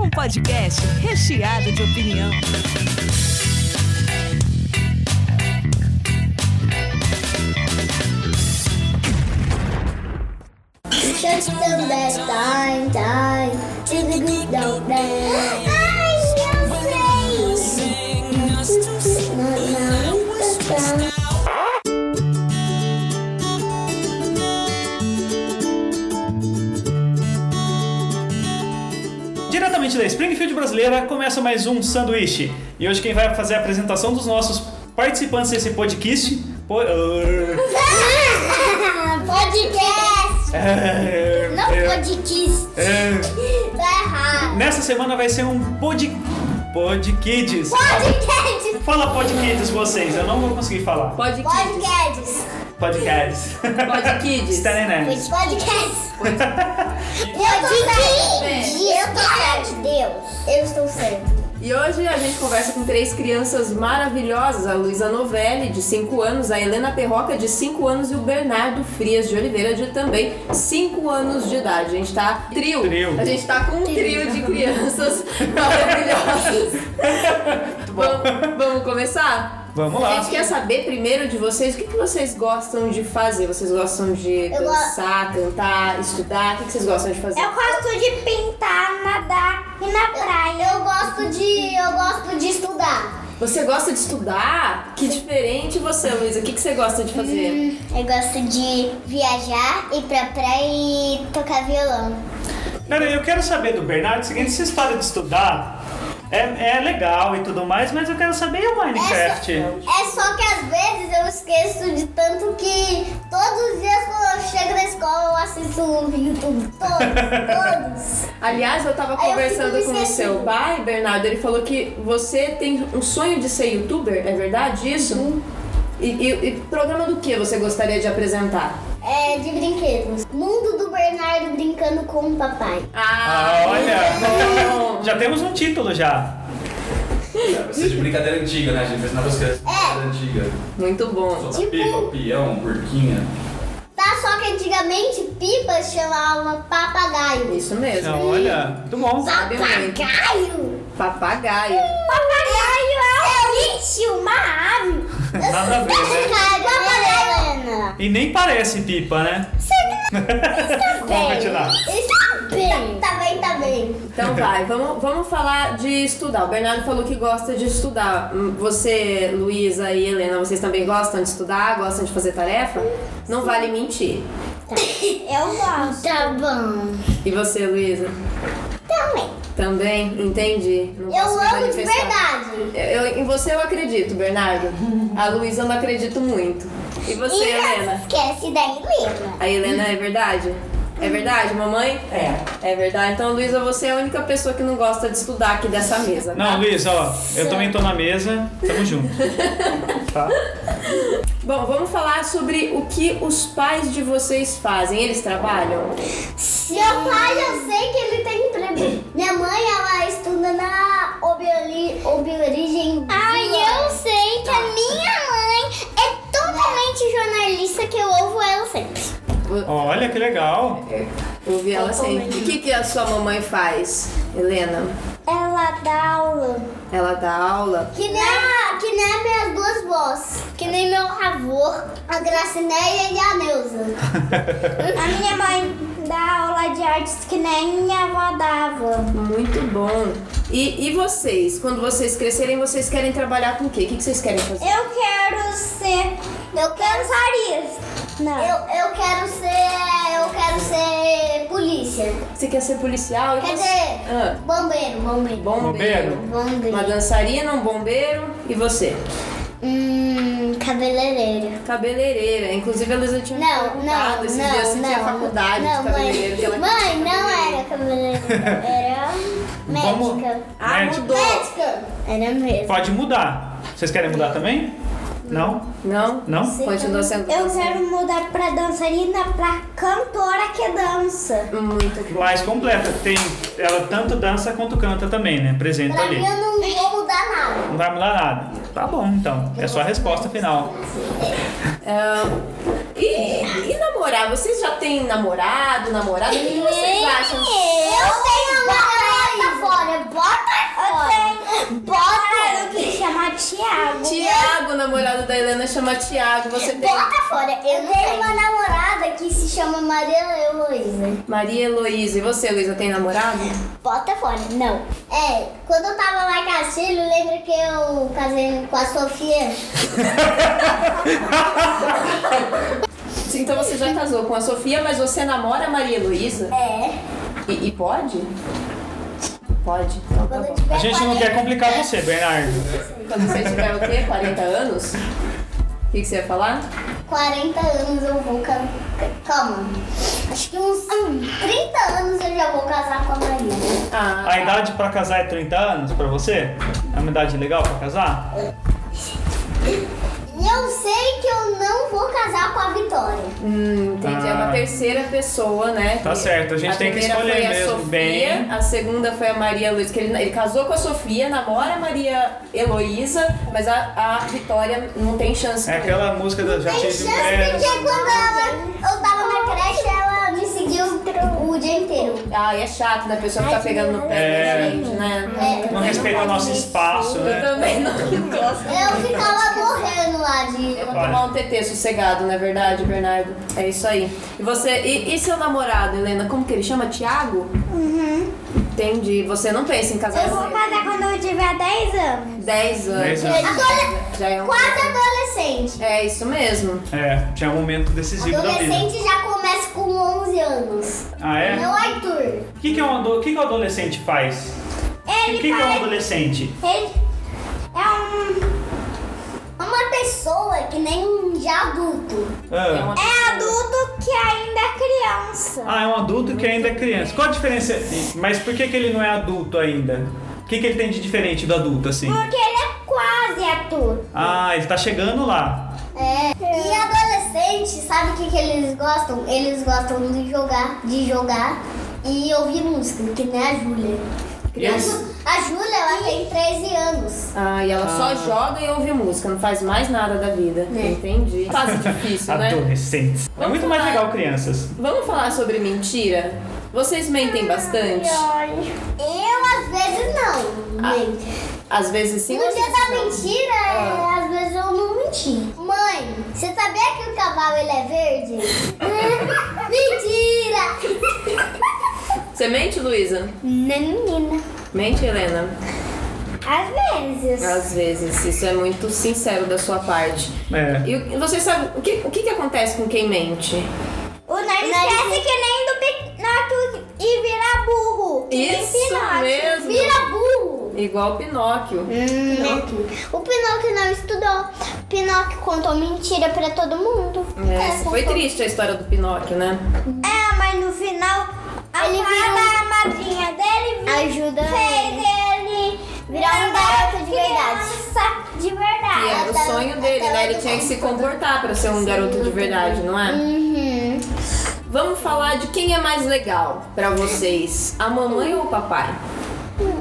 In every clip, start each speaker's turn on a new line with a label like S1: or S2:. S1: um podcast recheado de opinião.
S2: You should still dance, time, time. Chicken don't dance. I will say. Not now, but down.
S3: Diretamente da Springfield Brasileira, começa mais um Sanduíche. E hoje quem vai fazer a apresentação dos nossos participantes desse podcast... po- er,
S2: Podcast!
S3: É,
S2: Não
S3: é,
S2: podcast.
S3: é.
S2: Tá errado.
S3: Nessa semana vai ser um pod... Pod Kids.
S2: Podcast!
S3: Fala Pod Kids vocês, eu não vou conseguir falar.
S4: Pode Kids.
S2: Podcast!
S3: Pod Kids.
S4: Pode Kids.
S3: Está né?
S2: Podcast! Eu tô certo. Eu tô certo. Deus. Eu estou certo.
S4: E hoje a gente conversa com três crianças maravilhosas: a Luísa Novelli, de 5 anos, a Helena Perroca, de 5 anos, e o Bernardo Frias de Oliveira, de também 5 anos de idade. A gente tá trio.
S3: Trio.
S4: A gente tá com um trio de crianças maravilhosas. Vamos, vamos começar?
S3: Vamos
S4: A
S3: lá.
S4: gente quer saber primeiro de vocês o que, que vocês gostam de fazer. Vocês gostam de
S2: Eu go-
S4: dançar, cantar, estudar? O que, que vocês gostam de fazer?
S2: Eu gosto de pintar, nadar e na praia. Eu gosto de. Eu gosto de estudar.
S4: Você gosta de estudar? Que diferente você, Luísa. O que, que você gosta de fazer?
S2: Eu gosto de viajar, ir pra praia e tocar violão.
S3: Pera aí, eu quero saber do Bernardo o seguinte, essa história de estudar é, é legal e tudo mais, mas eu quero saber o Minecraft.
S2: É só que às vezes eu esqueço de tanto que todos os dias quando eu chego na escola eu assisto um o YouTube. Todos, todos.
S4: Aliás, eu tava
S2: Aí eu fico
S4: conversando
S2: me
S4: com o
S2: esquecendo.
S4: seu pai, Bernardo. Ele falou que você tem um sonho de ser youtuber. É verdade isso?
S2: Uhum.
S4: E, e- e programa do que você gostaria de apresentar?
S2: É de brinquedos. Mundo do Bernardo brincando com o papai.
S3: Ah, olha!
S4: muito bom.
S3: Já temos um título já.
S5: É, Precisa de brincadeira antiga, né, gente? Mas na música é brincadeira antiga.
S4: Muito bom.
S5: Solta pipa, peão, porquinha.
S2: Tá, só que antigamente Pipa chamava papagaio.
S4: Isso mesmo.
S3: Então, olha, muito bom.
S4: Sabe muito.
S2: Papagaio?
S4: Papagaio.
S2: Papagaio é um bicho, uma ave.
S3: Nada a ver, né?
S2: Papagaio, Helena.
S3: E nem parece pipa, né? Vamos continuar.
S2: Está bem. Tá bem, tá bem.
S4: Então vai, vamos, vamos falar de estudar. O Bernardo falou que gosta de estudar. Hum, Você, Luísa e Helena, vocês também gostam de estudar? Gostam de fazer tarefa? Não vale mentir.
S2: Eu gosto. Tá bom.
S4: E você, Luísa?
S2: Também.
S4: Também? Entendi. Não
S2: Eu
S4: posso
S2: amo de
S4: manifestar.
S2: verdade.
S4: Eu- eu- em você eu acredito, Bernardo. A Luísa eu não acredito muito. E você,
S2: E não
S4: Helena?
S2: esquece da Helena.
S4: A Helena é verdade? É verdade, mamãe? É. É verdade. Então, Luísa, você é a única pessoa que não gosta de estudar aqui dessa mesa.
S3: Não, Luiz, ó, eu também tô na mesa, tamo junto. Tá?
S4: Bom, vamos falar sobre o que os pais de vocês fazem. Eles trabalham?
S2: Meu pai, eu sei que ele tem emprego. Minha mãe, ela estuda na Obioli- Obiorigem. Ai, eu sei que a minha mãe é totalmente jornalista, que eu ouvo ela sempre.
S3: Olha que legal.
S4: Ouvi ela sempre. E o que, que a sua mamãe faz, Helena?
S2: Ela dá aula.
S4: Ela dá aula?
S2: Que nem, a- que nem as minhas duas vós. Que nem meu avô, a Gracinéia e a Neuza. a minha mãe dá aula de artes que nem minha avó dava.
S4: Muito bom. E, e vocês? Quando vocês crescerem, vocês querem trabalhar com o quê? O que, que vocês querem fazer?
S2: Eu quero ser. Eu quero ser Não. Eu, eu quero ser. Eu quero ser polícia.
S4: Você quer ser policial? E
S2: Quer
S4: você-
S2: dizer,
S4: Ah,
S2: bombeiro, bombeiro.
S4: bombeiro.
S3: Bombeiro.
S4: Uma
S2: Bombeiro.
S4: dançarina, um bombeiro e você?
S2: Hum, cabeleireiro.
S4: Cabeleireira. Inclusive, a Luísa tinha me
S2: Não,
S4: perguntado
S2: não,
S4: esses
S2: não,
S4: dias se
S2: não,
S4: tinha faculdade
S2: não,
S4: de cabeleireiro. que ela
S2: Mãe, mãe
S4: queria ser
S2: não
S4: cabeleireira.
S2: era cabeleireiro, era
S3: Vamos-
S2: médica.
S4: Ah,
S3: Médico.
S4: mudou.
S2: Médica! Era mesmo.
S3: Pode mudar. Vocês querem mudar também? Não?
S4: Não?
S3: Não?
S4: Continua sendo
S2: Eu
S4: dançarina.
S2: quero mudar pra dançarina pra cantora que dança.
S4: Muito bom.
S3: Mais completa. Tem, ela tanto dança quanto canta também, né? Presente
S2: Pra
S3: ali.
S2: mim eu não vou mudar nada.
S3: Não vai mudar nada. Tá bom, então. É só a resposta final.
S4: Ah, e, e namorar? Vocês já têm namorado, namorada? O que que vocês acham?
S2: Eu tenho uma Bota fora, bota fora. Bota. Eu que chamar Tiago.
S4: Tiago, namorado da Helena, chama Tiago. Você tem
S2: Bota fora. Eu tenho uma namorada que se chama Maria Heloísa.
S4: Maria Heloísa. E você, Luísa, tem namorado?
S2: Bota fora, não. É, quando eu tava lá em Castilho, lembra que eu casei com a Sofia?
S4: Então você já casou com a Sofia, mas você namora a Maria Heloísa?
S2: É.
S4: E, e pode? Pode. Então tá
S2: Quando eu
S4: bom.
S2: tiver
S3: A gente não
S2: 40
S3: quer complicar você, Bernardo.
S4: Quando você tiver o quê? 40 anos? O que, que você ia falar?
S2: 40 anos eu vou casar. Calma. Acho que uns hum, 30 anos eu já vou casar com a Maria.
S4: Ah,
S3: A idade pra casar é 30 anos pra você? É uma idade legal pra casar?
S2: E eu sei que eu não vou casar com a Vitória.
S4: Hum, entendi. É uma
S3: Ah.
S4: terceira pessoa, né?
S3: Tá certo, a gente tem que
S4: primeira
S3: escolher
S4: foi a
S3: mesmo
S4: Sofia,
S3: bem.
S4: A segunda foi a Maria Luísa, que ele, ele casou com a Sofia, namora a Maria Heloísa, mas a, a Vitória não tem chance.
S3: É aquela música da Já
S2: Tem
S3: Tive
S2: chance
S3: Mulheres.
S2: porque quando ela, eu tava na creche, ela me seguiu o dia inteiro.
S4: Ah, e é chato, né? A pessoa ficar pegando no pé
S3: É.
S4: da gente, né?
S6: Uhum.
S2: É,
S3: Não respeita o nosso espaço,
S4: Eu
S3: né?
S4: também não gosto.
S2: eu ficava morrendo lá de.
S4: Eu vou
S3: Vai.
S4: tomar um TT sossegado, não é verdade, Bernardo? É isso aí. E você, e, e seu namorado, Helena, como que ele chama? Tiago? Uhum. Entendi. Você não pensa em casar
S6: Eu vou
S4: com ele?
S6: casar quando eu tiver 10 anos.
S4: 10 anos.
S3: Dez anos.
S2: Agora,
S4: Já é um...
S2: quase adolescente.
S4: É isso mesmo.
S3: É, tinha um momento decisivo da vida.
S2: Adolescente já começa com 11 anos.
S3: Ah, é?
S2: Não, Arthur.
S3: O que, que, é um ado- o que, que o adolescente faz? O que, que é um adolescente?
S6: Ele é um.
S2: é Uma pessoa que nem um já adulto.
S4: É
S2: um
S4: uma-
S3: Ah,
S6: É adulto que ainda é criança.
S3: Ah, é um adulto que ainda é criança. Qual a diferença? Mas por que, que ele não é adulto ainda? O que, que ele tem de diferente do adulto, assim?
S6: Porque ele é quase adulto.
S3: Ah, ele tá chegando lá.
S2: É. E adolescente, sabe o que, que eles gostam? Eles gostam de jogar, de jogar e ouvir música, que nem a Júlia.
S3: E eles-
S2: A Júlia, ela tem 13 anos.
S4: Ah, e ela só joga e ouve música, não faz mais nada da vida. Entendi. Fase difícil, né?
S3: Adolescentes. É muito mais legal crianças.
S4: Vamos falar sobre mentira? Vocês mentem bastante?
S2: Eu, às vezes, não. Gente.
S4: Às vezes sim.
S2: No
S4: às
S2: dia
S4: vezes
S2: da
S4: Ah, não. Ah.
S2: mentira, é, às vezes eu não menti. Mãe, você sabia que o cavalo ele é verde? Hum, Mentira!
S4: Você mente, Luísa?
S6: Não, menina.
S4: Mente, Helena?
S6: Às vezes.
S4: Às vezes. Isso é muito sincero da sua parte.
S3: É.
S4: E o- e você sabe o que, o que, que acontece com quem mente?
S6: O nariz cresce que nem do Pinóquio e vira burro. Que nem
S4: Isso
S6: Pinóquio.
S4: mesmo.
S2: Tipo Vira burro!
S4: Igual o Pinóquio.
S2: Pinóquio. O Pinóquio não estudou. O Pinóquio contou mentira pra todo mundo.
S4: É, foi
S2: contou-
S4: triste a história do Pinóquio, né?
S6: É, mas no final, a
S2: Ele um
S6: fada, a madrinha dele vi-
S2: Ajuda
S6: fez
S2: ele.
S6: ele
S2: Virar um garoto de verdade.
S6: criança de
S4: E
S6: verdade.
S4: era o sonho dele, né? Ele tinha que se comportar pra ser um garoto de verdade, não é?
S2: Uhum.
S4: Vamos falar de quem é mais legal pra vocês, a mamãe ou o papai?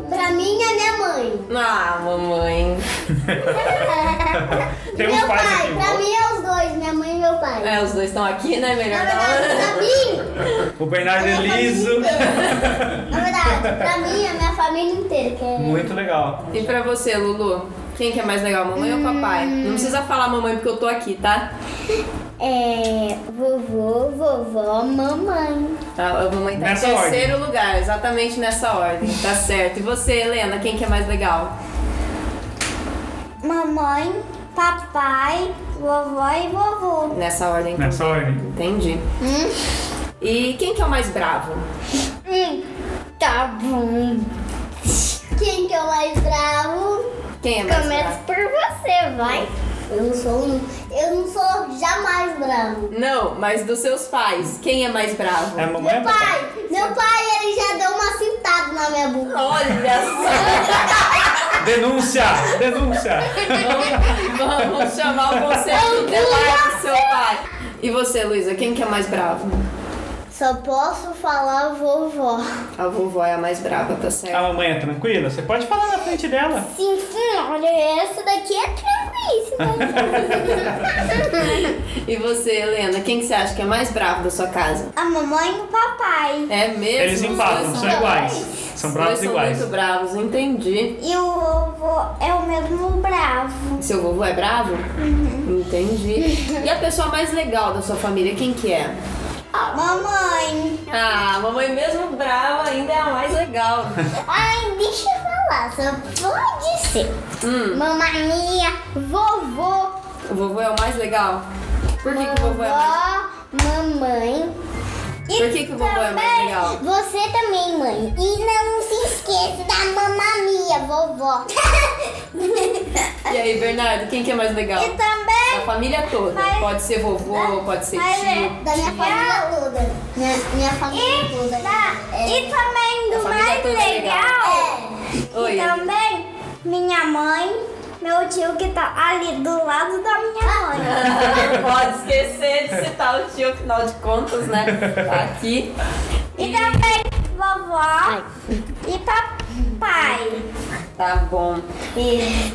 S2: Pra mim é minha mãe.
S4: Ah, mamãe.
S3: Tem uns
S2: meu
S3: pais
S2: pai,
S3: aqui,
S2: pra
S3: bom.
S2: mim é os dois, minha mãe e meu pai.
S4: É, os dois estão aqui, né? Melhor
S2: Na
S4: da
S2: verdade,
S4: hora.
S2: pra mim,
S3: O Bernardo é liso.
S2: na verdade, pra mim é minha família inteira, que é
S3: Muito legal.
S4: E pra você, Lulu? Quem que é mais legal, mamãe
S2: Hum.
S4: ou papai? Não precisa falar mamãe porque eu tô aqui, tá?
S2: É, vovô, vovó, mamãe.
S4: Tá, a mamãe tá
S3: Nessa
S4: em terceiro lugar, exatamente nessa ordem. Tá certo. E você, Helena, quem que é mais legal?
S6: Mamãe, papai, vovó e vovô.
S4: Nessa ordem. também.
S3: Nessa ordem.
S4: Entendi.
S2: Hum?
S4: E quem que é o mais bravo?
S6: Tá bom.
S2: Quem que é o mais bravo?
S4: Quem é mais
S6: Começa
S4: bravo?
S6: por você, vai.
S2: Eu não sou, um- eu não sou jamais bravo.
S4: Não, mas dos seus pais. Quem é mais bravo?
S3: É a mamãe? ou o papai?
S2: Pai, meu pai, ele já deu uma cintada na minha boca.
S4: Olha só!
S3: Denúncia! Denúncia!
S4: Vamos, vamos chamar É o conselho tutelar do seu pai. E você, Luísa, quem que é mais bravo?
S2: Só posso falar vovó.
S4: A vovó é a mais brava, tá certo?
S3: A mamãe é tranquila? Você pode falar na frente dela.
S2: Sim, sim, olha, essa daqui é tranquila. isso, não.
S4: E você, Helena, ququem que você acha que é mais bravo da sua casa?
S6: A mamãe e o papai.
S4: É mesmo?
S3: Eles
S4: Os dois
S3: empatam, são iguais. São
S4: Os dois
S3: bravos
S4: são
S3: iguais.
S4: muito bravos, entendi.
S6: E o vovô é o mesmo bravo.
S4: Seu vovô é bravo? Uhum. Entendi. E a pessoa mais legal da sua família, quem que é?
S6: A mamãe.
S4: Ah, a mamãe mesmo brava ainda é a mais legal.
S2: Ai, deixa eu falar, só pode ser.
S4: Hum.
S2: Mamãe minha, vovô,
S4: O vovô é o mais legal? Por que, que o vovô é mais...
S2: vovó, mamãe.
S4: Por que, que o vovô é mais legal?
S2: Você também, mãe. E não se esqueça da mamamia, vovó.
S4: E aí, Bernardo, quem que é mais legal?
S6: E também
S4: Da família toda.
S6: Mas-
S4: Pode ser vovô, pode ser
S6: Mas é
S4: tio.
S2: Da minha família toda. Minha, minha família toda.
S6: da,
S2: É.
S6: tá, e também
S4: A
S6: do
S4: família
S6: mais
S4: toda é legal.
S6: legal.
S4: Oi.
S6: E também minha mãe, meu tio que tá ali do lado da minha
S2: Ah.
S6: mãe.
S4: Pode esquecer de citar o tio, afinal de contas, né? Tá aqui.
S6: E também vovó e papai.
S4: Tá bom.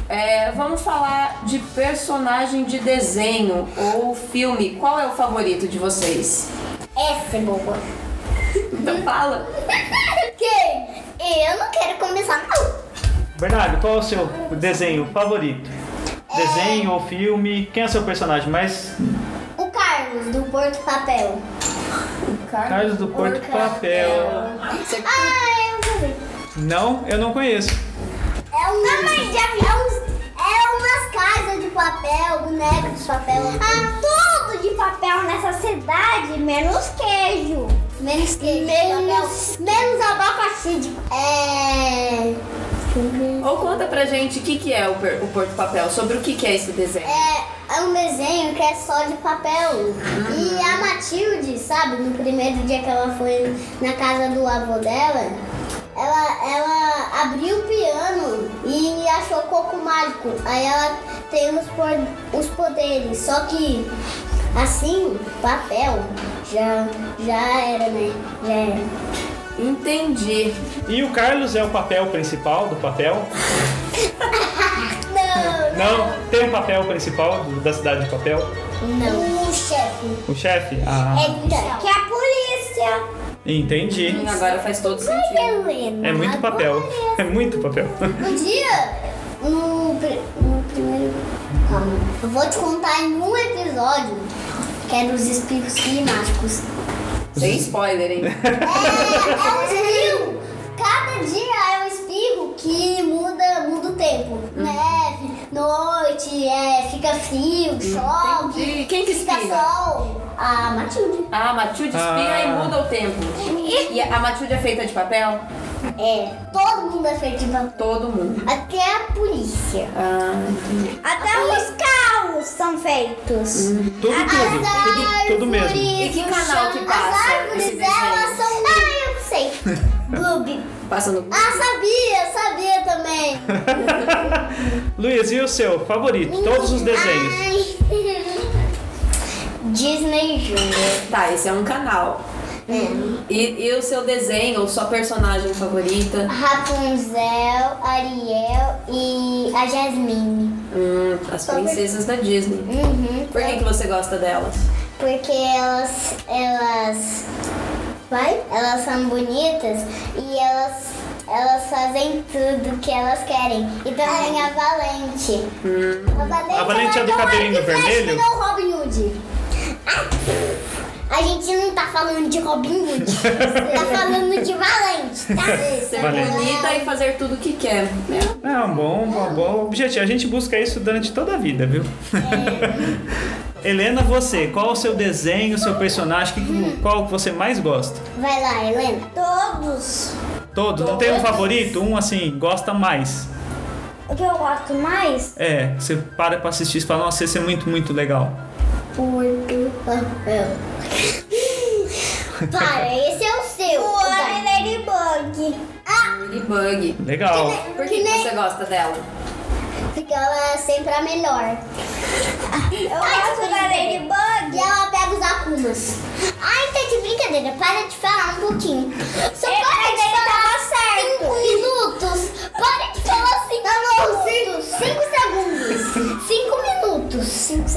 S4: É, vamos falar de personagem de desenho ou filme. Qual é o favorito de vocês?
S2: Essa é boa.
S4: Então fala.
S2: Quem? Eu não quero começar, não.
S3: Bernardo, qual é o seu desenho favorito? É. Desenho ou filme? Quem é o seu personagem mais
S2: O Carlos, do Porto Papel.
S3: Carlos do Porto Papel?
S4: Você-
S2: Ah, eu já vi.
S3: Não, eu não conheço.
S2: É um. Não, mas já vi. É, uns, é umas casas de papel, bonecos de papel. Ah, tudo de papel nessa cidade, menos queijo. Menos queijo. Menos, menos abacaxi. É.
S4: Ou conta pra gente o que, que é o, per- o Porto Papel, sobre o que, que é esse desenho.
S2: É, é um desenho que é só de papel. E a Matilde, sabe, no primeiro dia que ela foi na casa do avô dela, ela, ela abriu o piano e achou coco mágico. Aí ela tem os, po- os poderes, só que assim, papel já, já era, né? Já era.
S4: Entendi.
S3: E o Carlos é o papel principal do papel?
S2: Não,
S3: Não, tem um papel principal do- da cidade de papel?
S2: não. O chefe.
S3: O chefe? Ah,
S2: É,
S6: Que é a polícia.
S3: É. entendi.
S4: Hum, Agora faz todo sentido.
S2: Helena.
S3: É muito papel. É muito papel.
S2: Um dia, no, pri- no primeiro. Calma. Eu vou te contar em um episódio que é dos espíritos climáticos.
S4: Sem spoiler, hein?
S2: É, é um espirro. Cada dia é um espirro que muda, muda o tempo.
S4: Hum.
S2: Neve, noite, é, fica frio, chove.
S4: Hum, Entendi. Quem que
S2: fica
S4: espirra?
S2: sol. A Matilde.
S4: Ah, a Matilde espirra
S3: Ah.
S4: e muda o tempo. E a Matilde é feita de papel?
S2: É, todo mundo é feito de vapor.
S4: Todo mundo.
S2: Até a polícia.
S4: Ah, entendi. Uhum.
S6: Até os carros são feitos.
S3: Tudo, tudo. Tudo, tudo mesmo.
S4: E que canal que
S2: são-
S4: passa
S2: As
S4: esse
S2: árvores,
S4: desenho?
S2: elas são. Ah, eu sei. Gloob.
S4: Passa no
S2: Ah, sabia, sabia também.
S3: Luiz, e o seu favorito? Todos os desenhos.
S2: Ai. Disney Junior.
S4: Tá, esse é um canal. E, e o seu desenho ou sua personagem favorita?
S2: Rapunzel, Ariel e a Jasmine.
S4: Hum, as princesas da Disney.
S2: Uhum.
S4: Por que, que você gosta delas?
S2: Porque elas. Elas. Vai? Elas são bonitas e elas. Elas fazem tudo que elas querem. E também a Valente. A Valente,
S3: Hum. A Valente
S2: ela
S3: é do
S2: não
S3: cabelinho
S2: de Flash,
S3: vermelho?
S2: não, é Robin Hood. A gente não tá falando de Robin Hood. tá falando de Valente, tá?
S4: Ser
S3: Valente.
S4: bonita e fazer tudo o que quer. né?
S3: É um bom, um bom objetivo. A gente busca isso durante toda a vida, viu? Helena, você, qual o seu desenho, o seu personagem, que- qual que você mais gosta?
S2: Vai lá, Helena.
S6: Todos.
S3: Todos? Não tem um favorito? Um assim, gosta mais?
S6: O que eu gosto mais?
S3: É, você para pra assistir e fala, nossa, esse é muito, muito legal.
S2: Porto Papel. Para, esse é o seu. Ah,
S6: O homem Ladybug.
S4: Ladybug.
S3: Legal.
S4: Por que, que você gosta dela?
S2: Porque ela é sempre a melhor.
S6: Ah, Eu gosto da
S2: E
S6: Ladybug.
S2: ela pega os akumas. Ai, tá de brincadeira. Para de falar um pouquinho. Só
S6: É,
S2: para
S6: mas
S2: de
S6: ele
S2: falar
S6: tava certo.
S2: cinco
S6: Tá
S2: minutos. Para de falar cinco minutos. Cinco segundos. Cinco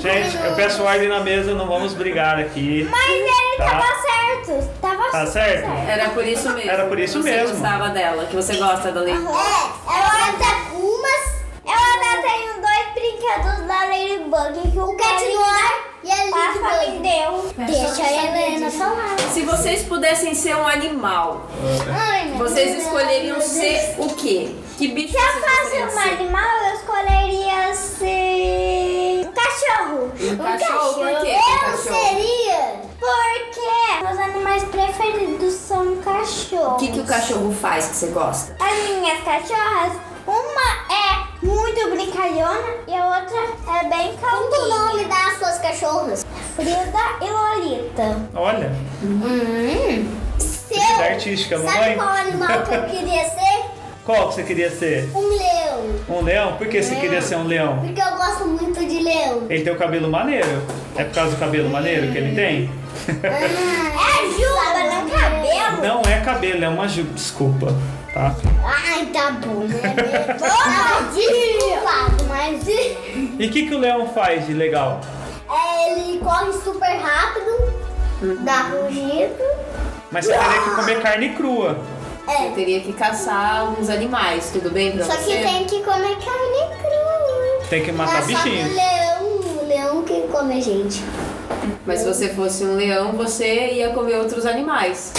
S3: Gente, eu peço ordem na mesa, não vamos brigar aqui.
S6: Mas ele
S3: Tá.
S6: tava certo. Tava
S3: Tá certo?
S4: Era por isso mesmo.
S3: Era por isso
S4: que você
S3: mesmo.
S4: gostava dela, que você gosta da
S2: Ah.
S4: Lady.
S6: É, ela até umas. Eu ainda tenho dois brinquedos da Ladybug que o Catnoir
S2: E a
S6: Rafa
S2: Ladybug?
S6: me deu.
S2: Deixa a Helena falar.
S4: Se vocês pudessem ser um animal,
S2: Ai, meu
S4: vocês
S2: Deus.
S4: escolheriam ser o quê? Que bicho
S6: Se eu
S4: vocês gostariam de
S6: fosse um
S4: ser?
S6: animal, eu escolheria ser um cachorro.
S4: Um cachorro, por quê? Um
S6: Eu
S4: cachorro.
S6: seria porque meus animais preferidos são cachorros.
S4: O que, que o cachorro faz que você gosta?
S6: As minhas cachorras, uma é muito brincalhona e a outra é bem
S2: Qual que é o
S6: calminha.
S2: nome das suas cachorras?
S6: Frida e Lolita.
S3: Olha,
S2: Seu.
S3: vida é artística,
S2: Sabe
S3: mamãe.
S2: qual animal que eu queria ser?
S3: Qual que você queria ser?
S2: Um leão.
S3: Um leão? Por que você queria ser um leão?
S2: Porque eu gosto muito de leão.
S3: Ele tem o cabelo maneiro. É por causa do cabelo maneiro que ele tem?
S2: é a Juba, não cabelo.
S3: Não é cabelo, é uma juba. Desculpa, tá?
S2: Ai, tá bom, né? Não, Desculpado, mas
S3: E o que, que o leão faz de legal?
S2: é, ele corre super rápido, dá rugido.
S3: Mas você teria que comer carne crua.
S4: Eu teria que caçar alguns animais, tudo bem pra
S2: É. Só que
S4: você?
S2: tem que comer carne crua.
S3: Tem que matar
S2: Mas só que
S3: bichinhos.
S2: o leão, o é um leão que come a gente.
S4: Mas se você fosse um leão, você ia comer outros animais.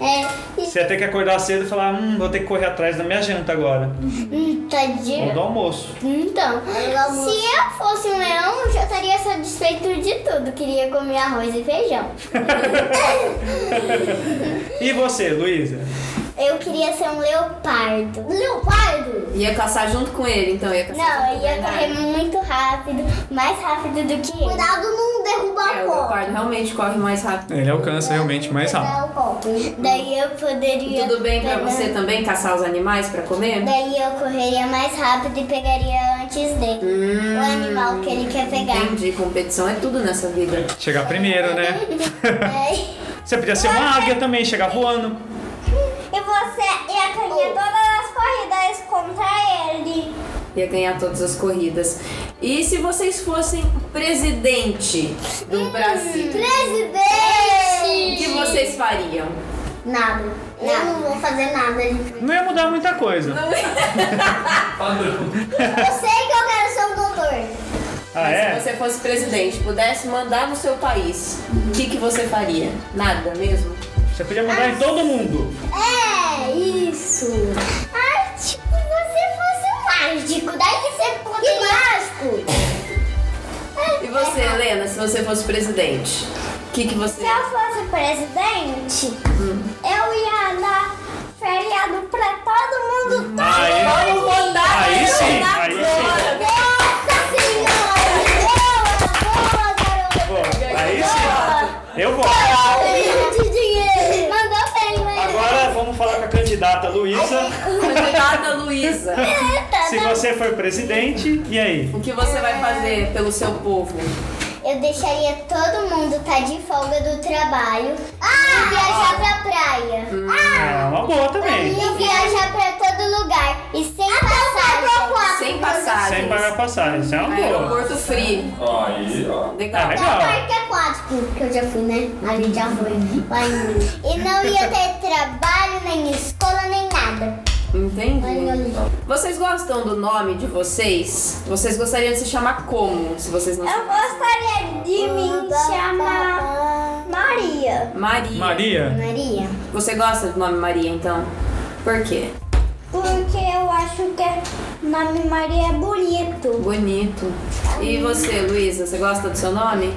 S2: É, e-
S3: Você ia ter que acordar cedo e falar, hum, vou ter que correr atrás da minha janta agora.
S2: hum,
S3: Ou
S2: tadinho.
S3: do almoço.
S2: Então, se eu fosse um leão, eu já estaria satisfeito de tudo. Queria comer arroz e feijão.
S3: E você, Luísa?
S2: Eu queria ser um leopardo. Leopardo?
S4: Ia caçar junto com ele, então ia caçar
S2: Não,
S4: junto
S2: eu
S4: com
S2: ia
S4: ele. né?
S2: correr muito rápido, mais rápido do que ele. Cuidado não derrubar
S4: É, o leopardo realmente corre mais rápido.
S3: Ele alcança realmente mais
S2: Pegar o copo. Daí eu poderia.
S4: Tudo bem pra
S2: pegar-
S4: você também caçar os animais pra comer?
S2: Daí eu correria mais rápido e pegaria antes dele.
S4: Hum.
S2: O animal que ele quer pegar.
S4: Entendi, competição é tudo nessa vida.
S3: Chegar primeiro, né?
S2: Daí-
S3: Você podia ser uma águia também, chegar voando.
S6: E você e a
S2: Oh.
S6: ganhadora das corridas contra ele.
S4: Ia ganhar todas as corridas. E se vocês fossem presidente
S2: Hum.
S4: do Brasil, o que
S2: Presidente!
S4: vocês fariam?
S2: Nada. Eu não vou fazer nada. gente.
S3: Não ia mudar muita coisa.
S2: Eu
S5: Padrão.
S2: sei que eu quero ser um doutor.
S3: Ah,
S4: Mas
S3: é?
S4: se você fosse presidente, pudesse mandar no seu país, o que, que você faria? Nada mesmo?
S3: Você podia mandar em todo mundo.
S2: É isso. Ai, tipo, você fosse um mágico. Daí você poderia... mágico?
S4: E você, Helena, se você fosse presidente, o que, que você.
S6: é,
S2: é
S6: Se eu fosse presidente,
S4: Hum.
S6: eu ia dar feriado pra todo mundo.
S3: Aí,
S4: Vamos votar!
S3: aí sim, aí sim.
S4: agora!
S2: Nossa senhora!
S3: Bom, aí sim. Eu vou.
S2: de dinheiro. Mandou bem, mas...
S3: Agora vamos falar com a candidata Luísa.
S4: Candidata Luísa,
S3: Se você for presidente, e aí?
S4: o que você vai fazer pelo seu povo?
S2: Eu deixaria todo mundo tá de folga do trabalho e viajar pra praia.
S4: Ah,
S3: É uma boa também.
S2: E viajar pra todo lugar. E sem
S4: Ah,
S2: passagem.
S4: Sem
S3: Sem
S4: passagens.
S3: pagar passagem, isso é uma boa.
S4: Aeroporto Free.
S5: Ó, Aí, ó.
S3: É
S4: Legal.
S3: legal.
S2: Parque aquático, que eu já fui, né? A gente já foi lá em Minas. E não ia ter trabalho, nem escola, nem nada.
S4: Entendi. Vocês gostam do nome de vocês? Vocês gostariam de se chamar como? Se vocês não
S6: Eu gostaria de me chamar Maria.
S4: Maria.
S3: Maria?
S2: Maria.
S4: Você gosta do nome Maria, então? Por quê?
S6: Porque eu acho que o nome Maria é bonito.
S4: Bonito. E você, Luísa, você gosta do seu nome?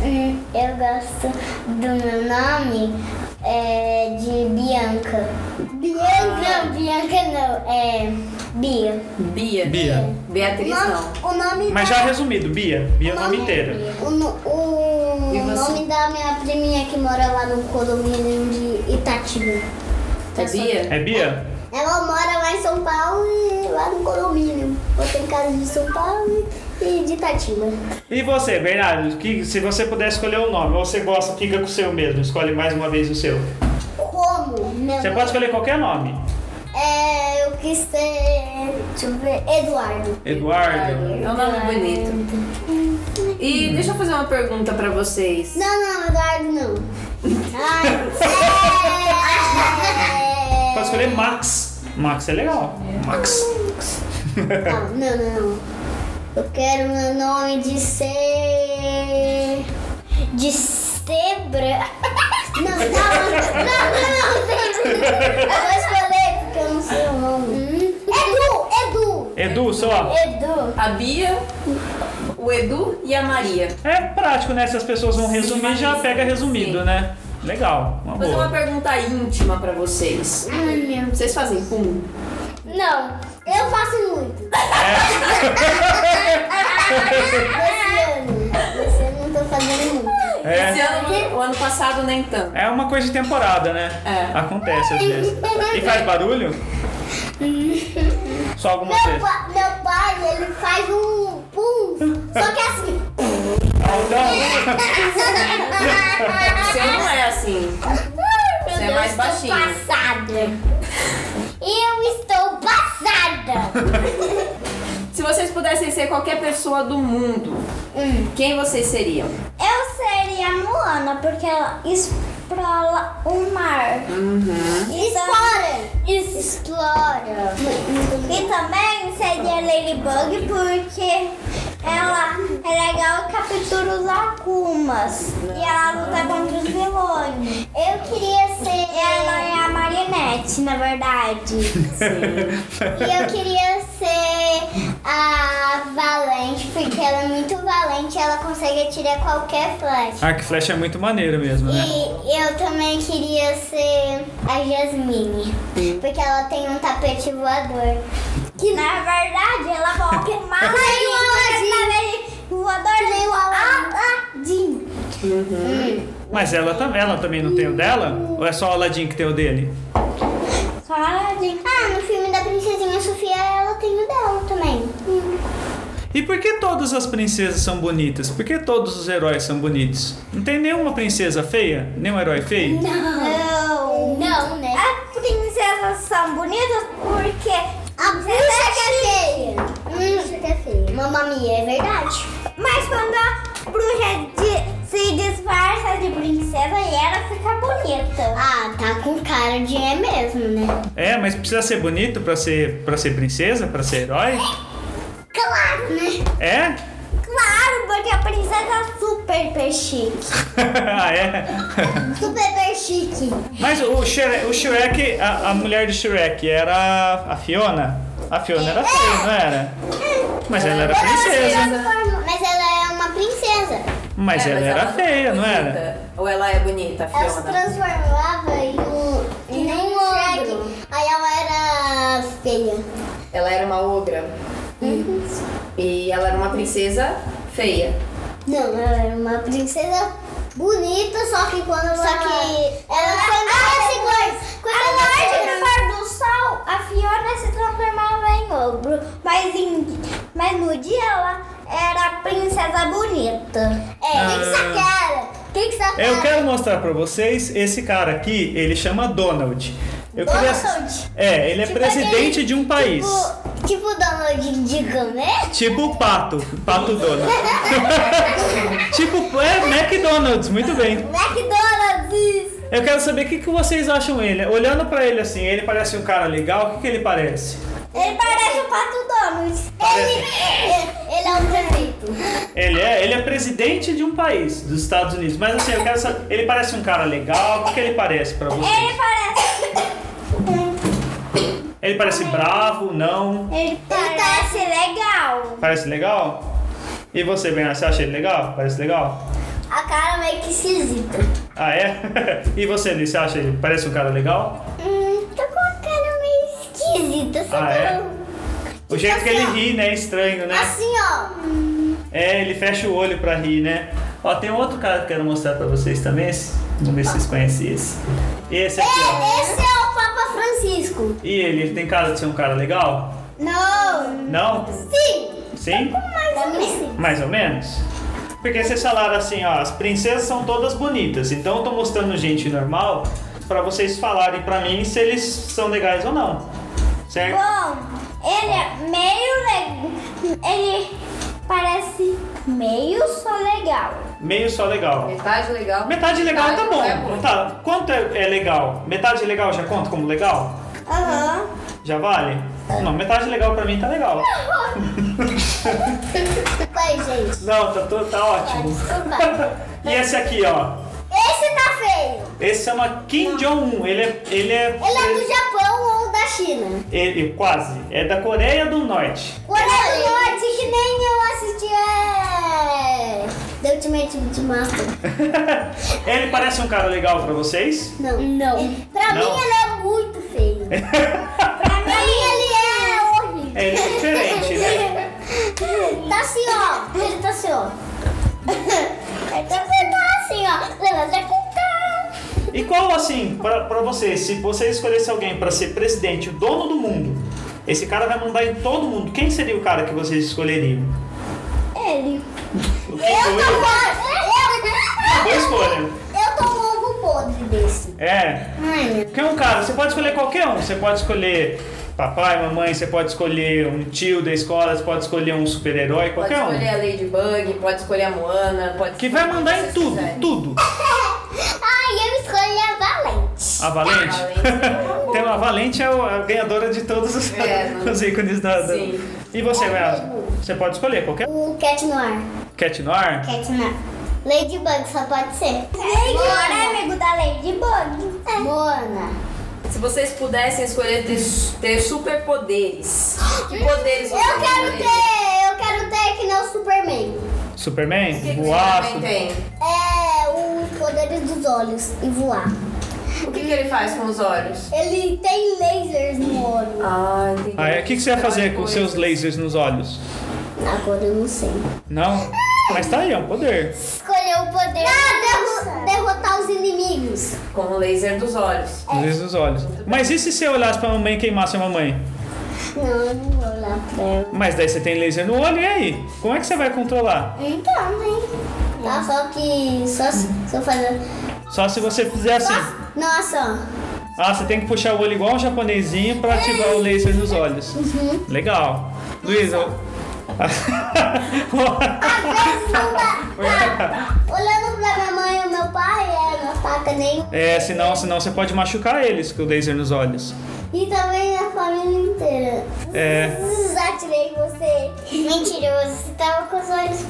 S4: Uhum.
S2: Hum, Eu gosto do meu nome é, de Bianca.
S4: Ah.
S2: Bianca? Não, Bianca não. É Bia.
S4: Bia.
S3: É Bia.
S4: Beatriz, não.
S2: O nome
S3: Mas já resumido, Bia. Bia é o nome inteiro.
S2: O, no- o
S4: E você?
S2: nome da minha priminha que mora lá no condomínio de Itatiba.
S4: É Bia?
S3: É Bia?
S2: Ela mora lá em São Paulo e lá no condomínio. Eu tenho casa de São Paulo e de Itatiba.
S3: E você, Bernardo? Que, se você puder escolher um nome, ou você gosta, fica com o seu mesmo, escolhe mais uma vez o seu.
S2: Como? Meu
S3: Você
S2: nome?
S3: pode escolher qualquer nome.
S2: É, eu quis ser. Deixa eu ver. Eduardo.
S3: Eduardo.
S4: É um nome bonito. E deixa eu fazer uma pergunta pra vocês.
S2: Não, não, Eduardo não. Ai,
S3: Pode escolher Max. Max é legal. Max.
S2: é. Não, não, não. Eu quero meu nome de ser. De ser branco. Não, não, não, não, não, não. Eu vou escolher porque eu não sei o nome. Edu, Edu.
S3: Edu, sei lá.
S2: Edu.
S4: A Bia, o Edu e a Maria.
S3: É prático, né? Se as pessoas vão resumir, já pega resumido,
S4: Sim.
S3: né? Legal, uma
S4: Vou fazer uma
S3: boa.
S4: pergunta íntima pra vocês.
S2: Ai, meu.
S4: Vocês fazem pum?
S2: Não, eu faço muito. Esse ano, esse ano eu tô fazendo muito.
S4: Esse
S3: É,
S4: ano, o ano passado nem tanto.
S3: é uma coisa de temporada, né?
S4: É.
S3: Acontece às vezes. E faz barulho? Só algumas
S2: Meu,
S3: vezes.
S2: pa- meu pai, ele faz um pum, só que assim.
S3: Aldão.
S4: Você não é assim.
S2: Meu
S4: Você é
S2: Deus,
S4: mais
S2: estou
S4: baixinho.
S2: passada. Eu estou passada.
S4: Se vocês pudessem ser qualquer pessoa do mundo, quem vocês seriam?
S6: Eu seria Moana, porque ela esprola o mar.
S2: Explora. Explora.
S6: E também seria Ladybug, porque ela é legal e captura os Akumas. E ela luta contra os vilões.
S2: Eu queria ser.
S6: E ela é a marionete, na verdade.
S2: E eu queria ser a Valente, porque ela é muito valente, ela consegue atirar qualquer flash.
S3: Arco e flecha é muito maneiro mesmo, né?
S2: E eu também queria ser a Jasmine, porque ela tem um tapete voador.
S6: Que na verdade ela volta em mar.
S2: Ai, o Aladim.
S6: o voador
S2: Tem o Aladim.
S6: Aladim.
S3: Mas ela, tam- ela também não tem o dela? Ou é só o Aladdin que tem o dele?
S6: Só Aladim.
S2: Ah, no filme da Princesinha Sofia, ela tem o dela também.
S3: E por que todas as princesas são bonitas? Por que todos os heróis são bonitos? Não tem nenhuma princesa feia? Nenhum herói feio?
S6: Não.
S2: Não, né?
S6: As princesas são bonitas porque
S2: A bruxa que é feia. A bruxa que é feia. Mamamia, é verdade.
S6: Mas quando a bruxa de- se disfarça de princesa e ela fica bonita.
S2: Ah, tá com cara de é mesmo, né?
S3: É, mas precisa ser bonito pra ser, pra ser princesa? Pra ser herói?
S2: Claro, né?
S3: É?
S6: Claro, porque a princesa é super peixinho.
S3: ah, é?
S2: Super chique.
S3: Mas o Shrek, o Shrek a, a mulher do Shrek era a Fiona? A Fiona era feia, não era?
S6: Hum.
S3: Mas ela era princesa.
S2: Mas ela é uma princesa.
S3: Mas
S4: É,
S3: ela era feia, não era?
S4: bonita. Ou ela é bonita,
S2: Ela se
S4: Fiona?
S2: transformava em um, em um Shrek. Aí ela era feia.
S4: Ela era uma ogra. E ela era uma princesa feia.
S2: Não, ela era uma princesa bonita, só que quando só que ela foi mais
S6: Quando a hora de pôr do sol, a Fiona se transformava em ogro. Mas, em- mas no dia ela era a princesa bonita.
S2: É, o que que essa cara? O que que essa cara?
S3: Ah. É, Eu quero mostrar pra vocês esse cara aqui, ele chama Donald. Eu
S2: Donald?
S3: É, ele é
S2: Tipo
S3: presidente
S2: aquele-
S3: de um país.
S2: Tipo, tipo Donald né? de Gambé?
S3: Tipo o pato, pato Donald. tipo, é McDonald's, muito bem.
S2: McDonald's!
S3: Eu quero saber o que, que vocês acham ele. Olhando pra ele assim, ele parece um cara legal, o que, que ele parece?
S2: Ele parece o Pato Donald. Ele, ele é um prefeito.
S3: Ele é, ele é presidente de um país, dos Estados Unidos. Mas assim, eu quero saber, ele parece um cara legal, o que, que ele parece pra vocês?
S6: Ele parece.
S3: Ele parece bravo, não?
S6: Ele parece legal.
S3: Parece legal? E você, Bernardo, você acha ele legal? Parece legal?
S2: A cara meio que esquisita.
S3: Ah, é? e você, Liz, você acha ele parece um cara legal?
S2: Hum, tô com a cara meio esquisita, sabe?
S3: Ah, é? O jeito que ele ri, né? É estranho, né?
S2: Assim, ó.
S3: É, ele fecha o olho pra rir, né? Ó, tem outro cara que eu quero mostrar pra vocês também. Esse. Vamos ver se vocês conhecem esse. Esse aqui, ó.
S2: Esse é o Papa Francisco.
S3: E ele, ele tem cara de ser um cara legal?
S2: Não.
S3: Não?
S2: Sim.
S3: Sim?
S2: Também sim.
S3: Mais ou menos? Porque vocês falaram assim, ó, as princesas são todas bonitas, então eu tô mostrando gente normal pra vocês falarem pra mim se eles são legais ou não. Certo?
S6: Bom, ele é meio legal. Ele parece Meio só legal.
S3: Meio só legal.
S4: Metade legal.
S3: Metade legal tá
S4: não é
S3: bom.
S4: muito.
S3: Não tá. Quanto é, é legal? Metade legal já conta como legal?
S6: Aham.
S3: Já vale? Não, metade legal pra mim tá legal.
S2: Oi, gente.
S3: Não, tá, to- tá ótimo.
S2: Desculpa.
S3: E esse aqui, ó.
S2: Esse tá feio.
S3: Esse chama Kim Jong-un. Ele é. Ele é.
S2: Ele é do Japão ou da China?
S3: ele- quase. É da Coreia do Norte.
S2: Coreia é do Norte, que nem eu assisti é... The Ultimate Master.
S3: Ele parece um cara legal pra vocês?
S2: Não. Não. Pra
S3: Não?
S2: mim ele é muito feio. pra mim ele é horrível.
S3: É, ele é diferente, né?
S2: Tá assim, ó. Ele tá assim, ó. Ele tá assim, ó. Levanta a contar.
S3: E qual, assim, pra, pra vocês, se você escolhesse alguém pra ser presidente, o dono do mundo, esse cara vai mandar em todo mundo, quem seria o cara que vocês escolheriam?
S2: Ele.
S3: O que
S2: Eu tô
S3: foi? Boa
S2: Eu,
S3: escolha.
S2: eu tô um ovo podre desse.
S3: É.
S2: Ai,
S3: Quem é um cara? Você pode escolher qualquer um. Você pode escolher papai, mamãe, você pode escolher um tio da escola, você pode escolher um super-herói,
S4: Pode
S3: qualquer
S4: escolher
S3: um.
S4: a Ladybug, pode escolher a Moana, pode
S3: Que
S4: escolher
S3: vai
S4: o
S3: mandar em
S4: vocês
S3: tudo,
S4: quiserem.
S3: tudo.
S2: Ai, eu escolhi a Valente.
S3: A Valente.
S4: Valente.
S3: Tem uma Valente é o- a ganhadora de todos os,
S4: É, não-
S3: os ícones da. da-
S4: Sim.
S3: E você, Mel? Você pode escolher qualquer um.
S2: O Cat Noir.
S3: Cat Noir?
S2: Cat Noir. Ladybug, só pode ser.
S6: Ladybug é amigo da Ladybug.
S2: É. Mona.
S4: Se vocês pudessem escolher ter, ter superpoderes, que poderes
S2: Eu
S4: vocês
S2: quero
S4: escolheriam?
S2: ter, eu quero ter que nem o Superman.
S3: Superman?
S4: O que que
S3: voar.
S4: você
S3: su-
S4: também tem?
S2: É os poderes dos olhos e voar.
S4: O que, que ele faz com os olhos?
S2: Ele tem lasers no olho.
S4: Ah, entendi.
S3: Ah, é? O que, que você vai fazer com seus lasers nos olhos?
S2: Agora eu não sei.
S3: Não? Mas tá aí, é um poder.
S2: Escolher o poder. Ah, derro- derrotar os inimigos.
S4: Com o laser dos olhos.
S3: Os lasers nos olhos. Mas e se você olhasse pra mamãe e queimasse a mamãe?
S2: Não, eu não vou lá pra ela.
S3: Mas daí você tem laser no olho, e aí? Como é que você vai controlar?
S2: Então, hein? Tá, só que só, se- só fazendo. assim.
S3: Só se você fizer assim.
S2: Nossa,
S3: Ah, você tem que puxar o olho igual um japonesinho pra ativar o laser nos olhos. Legal. Luísa.
S2: às vezes não dá. Olhando pra minha mãe e meu pai, é, não ataca nem.
S3: é, senão, senão você pode machucar eles com o laser nos olhos.
S2: E também a família inteira.
S3: É.
S2: Desativei você. Mentiroso, você tava com os olhos.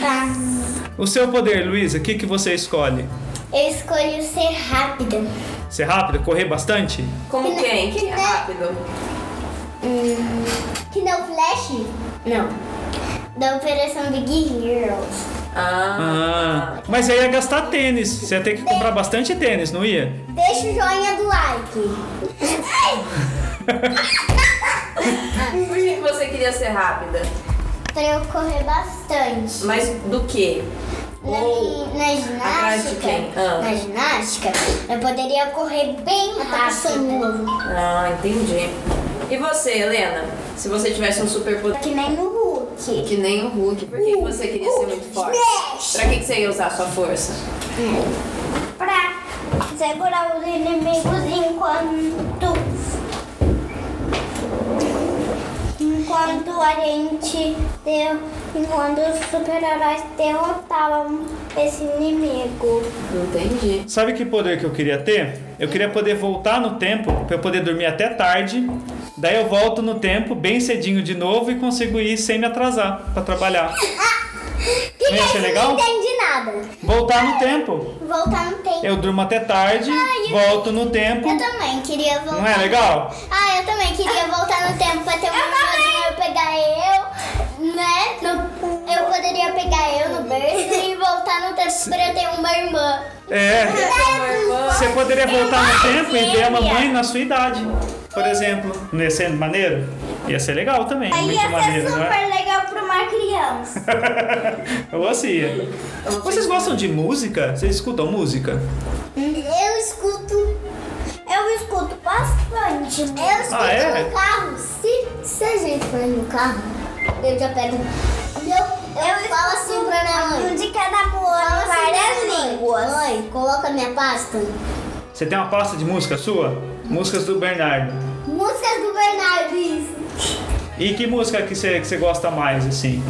S2: Tá.
S3: O seu poder, Luísa, o que, que você escolhe?
S2: Eu escolhi ser rápida.
S3: Ser rápido? Correr bastante?
S4: Como quem? Quem é rápido?
S2: Que não flash? Não. Da Operação Big Heroes.
S4: Ah,
S3: Ah, mas aí ia gastar tênis. Você ia ter que comprar bastante tênis, não ia?
S2: Deixa o joinha do like.
S4: por que que você queria ser rápida?
S2: Pra eu correr bastante.
S4: Mas do que?
S2: Na,
S4: Ou
S2: mi- na
S4: atrás de
S2: ginástica.
S4: quem? Ah.
S2: Na ginástica, eu poderia correr bem rápido.
S4: Ah, entendi. E você, Helena? Se você tivesse um superpoder
S2: Que nem o Hulk.
S4: que nem o Hulk, por que que você queria ser muito forte?
S2: Smash!
S4: Pra que que você ia usar a sua força?
S6: Pra segurar os inimigos enquanto. Enquanto a gente deu. Enquanto os super-heróis
S2: um
S6: derrotavam esse inimigo.
S4: Entendi.
S3: Sabe que poder que eu queria ter? Eu queria poder voltar no tempo pra eu poder dormir até tarde. Daí eu volto no tempo bem cedinho de novo e consigo ir sem me atrasar pra trabalhar.
S2: Que que
S3: Não ia
S2: é
S3: ser
S2: isso?
S3: legal?
S2: Não entendi nada.
S3: Voltar no tempo.
S2: Voltar no tempo.
S3: Eu durmo até tarde, volto no tempo.
S2: Eu também queria voltar.
S3: Não é legal?
S2: Ah, eu também queria voltar no tempo pra ter uma eu pegar eu, né? No- eu poderia pegar eu no berço e voltar no tempo pra eu ter uma irmã.
S3: É.
S4: Uma irmã.
S3: Você poderia voltar no tempo e ver a mamãe na sua idade, por exemplo. Não ia ser maneiro? Ia ser legal também.
S6: Aí
S3: Muito
S6: ia ser
S3: maneiro, não é?
S6: super legal pra uma criança.
S3: Eu assim. Vocês gostam de música? Vocês escutam música?
S2: Eu escuto.
S6: Eu escuto bastante.
S2: Eu escuto
S3: Ah, é?
S2: no carro. Se, se a gente for no carro, eu já pego. Eu, eu, falo assim pra minha
S6: Um
S2: mãe.
S6: de cada um boa,
S2: Fala assim
S6: várias
S2: pra minha mãe,
S6: línguas.
S2: Mãe, coloca minha pasta.
S3: Você tem uma pasta de música sua? Músicas do Bernardo.
S2: Músicas do Bernardo. isso.
S3: E que música que você que você gosta mais, assim?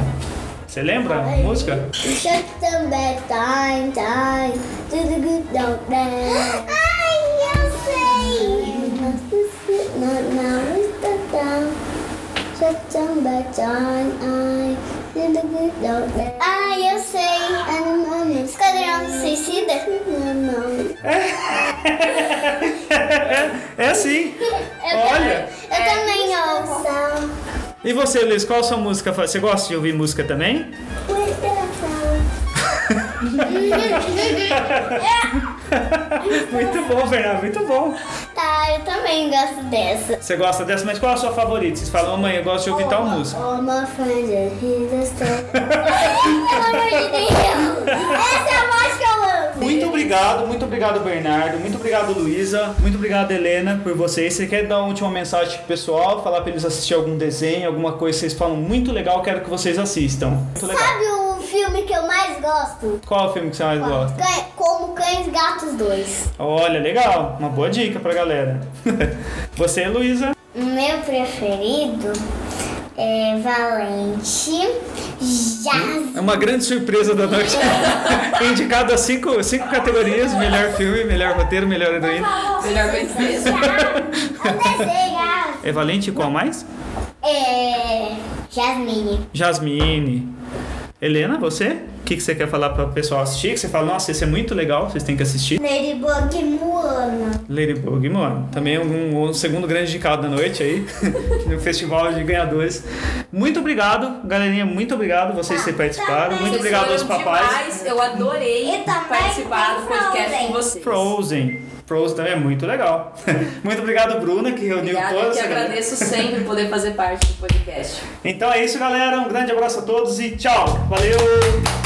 S3: Você lembra a música?
S2: Shut them back, time, time. Do the good dog dance. Ai, eu sei! Not now is the time. Shut them back, time, I. Do the good dog dance. Ai, eu sei! Esquadrão Suicida? Não, não.
S3: É sim! Olha!
S2: Eu também ouço.
S3: E você, Luiz, qual a sua música? fa- Você gosta de ouvir música também? Muito bom, Fernando, muito bom.
S2: Tá, eu também gosto dessa.
S3: Você gosta dessa, mas qual é a sua favorita? Vocês falam, mãe, eu gosto de ouvir tal música.
S2: Oh, my friend, he's a star. Pelo amor de Deus! Essa é a voz que eu amo!
S3: Muito obrigado, muito obrigado, Bernardo. Muito obrigado, Luísa. Muito obrigado, Helena, por vocês. Você quer dar uma última mensagem pro pessoal? Falar pra eles assistir algum desenho, alguma coisa que vocês falam muito legal, quero que vocês assistam. Muito legal.
S2: Sabe o filme que eu mais gosto?
S3: Qual é o filme que você mais gosta?
S2: Cã- Como Cães e Gatos 2.
S3: Olha, legal. Uma boa dica pra galera. Você, Luísa?
S2: O meu preferido é Valente Jazz.
S3: É uma grande surpresa da noite. Indicado a cinco, cinco categorias: melhor filme, melhor roteiro, melhor heroína.
S4: Melhor princesa.
S2: É um desenho.
S3: É Valente e qual mais?
S2: É. Jasmine.
S3: Jasmine. Helena, você? O que, que você quer falar para o pessoal assistir? Que você fala, nossa, esse é muito legal, vocês têm que assistir.
S2: Ladybug e Moana.
S3: Ladybug, mano. Também é um, um segundo grande indicado da noite aí, no festival de ganhadores. Muito obrigado, galerinha, muito obrigado vocês terem participado. Muito
S4: Ah, Vocês
S3: obrigado aos
S4: foram
S3: papais.
S4: demais, Eu adorei
S6: E também
S4: participar do
S6: tem
S4: podcast com
S6: Frozen.
S4: vocês.
S3: Frozen. Frozen também é muito legal. muito obrigado, Bruna, que reuniu
S4: Obrigada, eu
S3: toda
S4: que
S3: essa galera.
S4: agradeço sempre poder fazer parte do podcast.
S3: Então é isso, galera. Um grande abraço a todos e tchau. Valeu!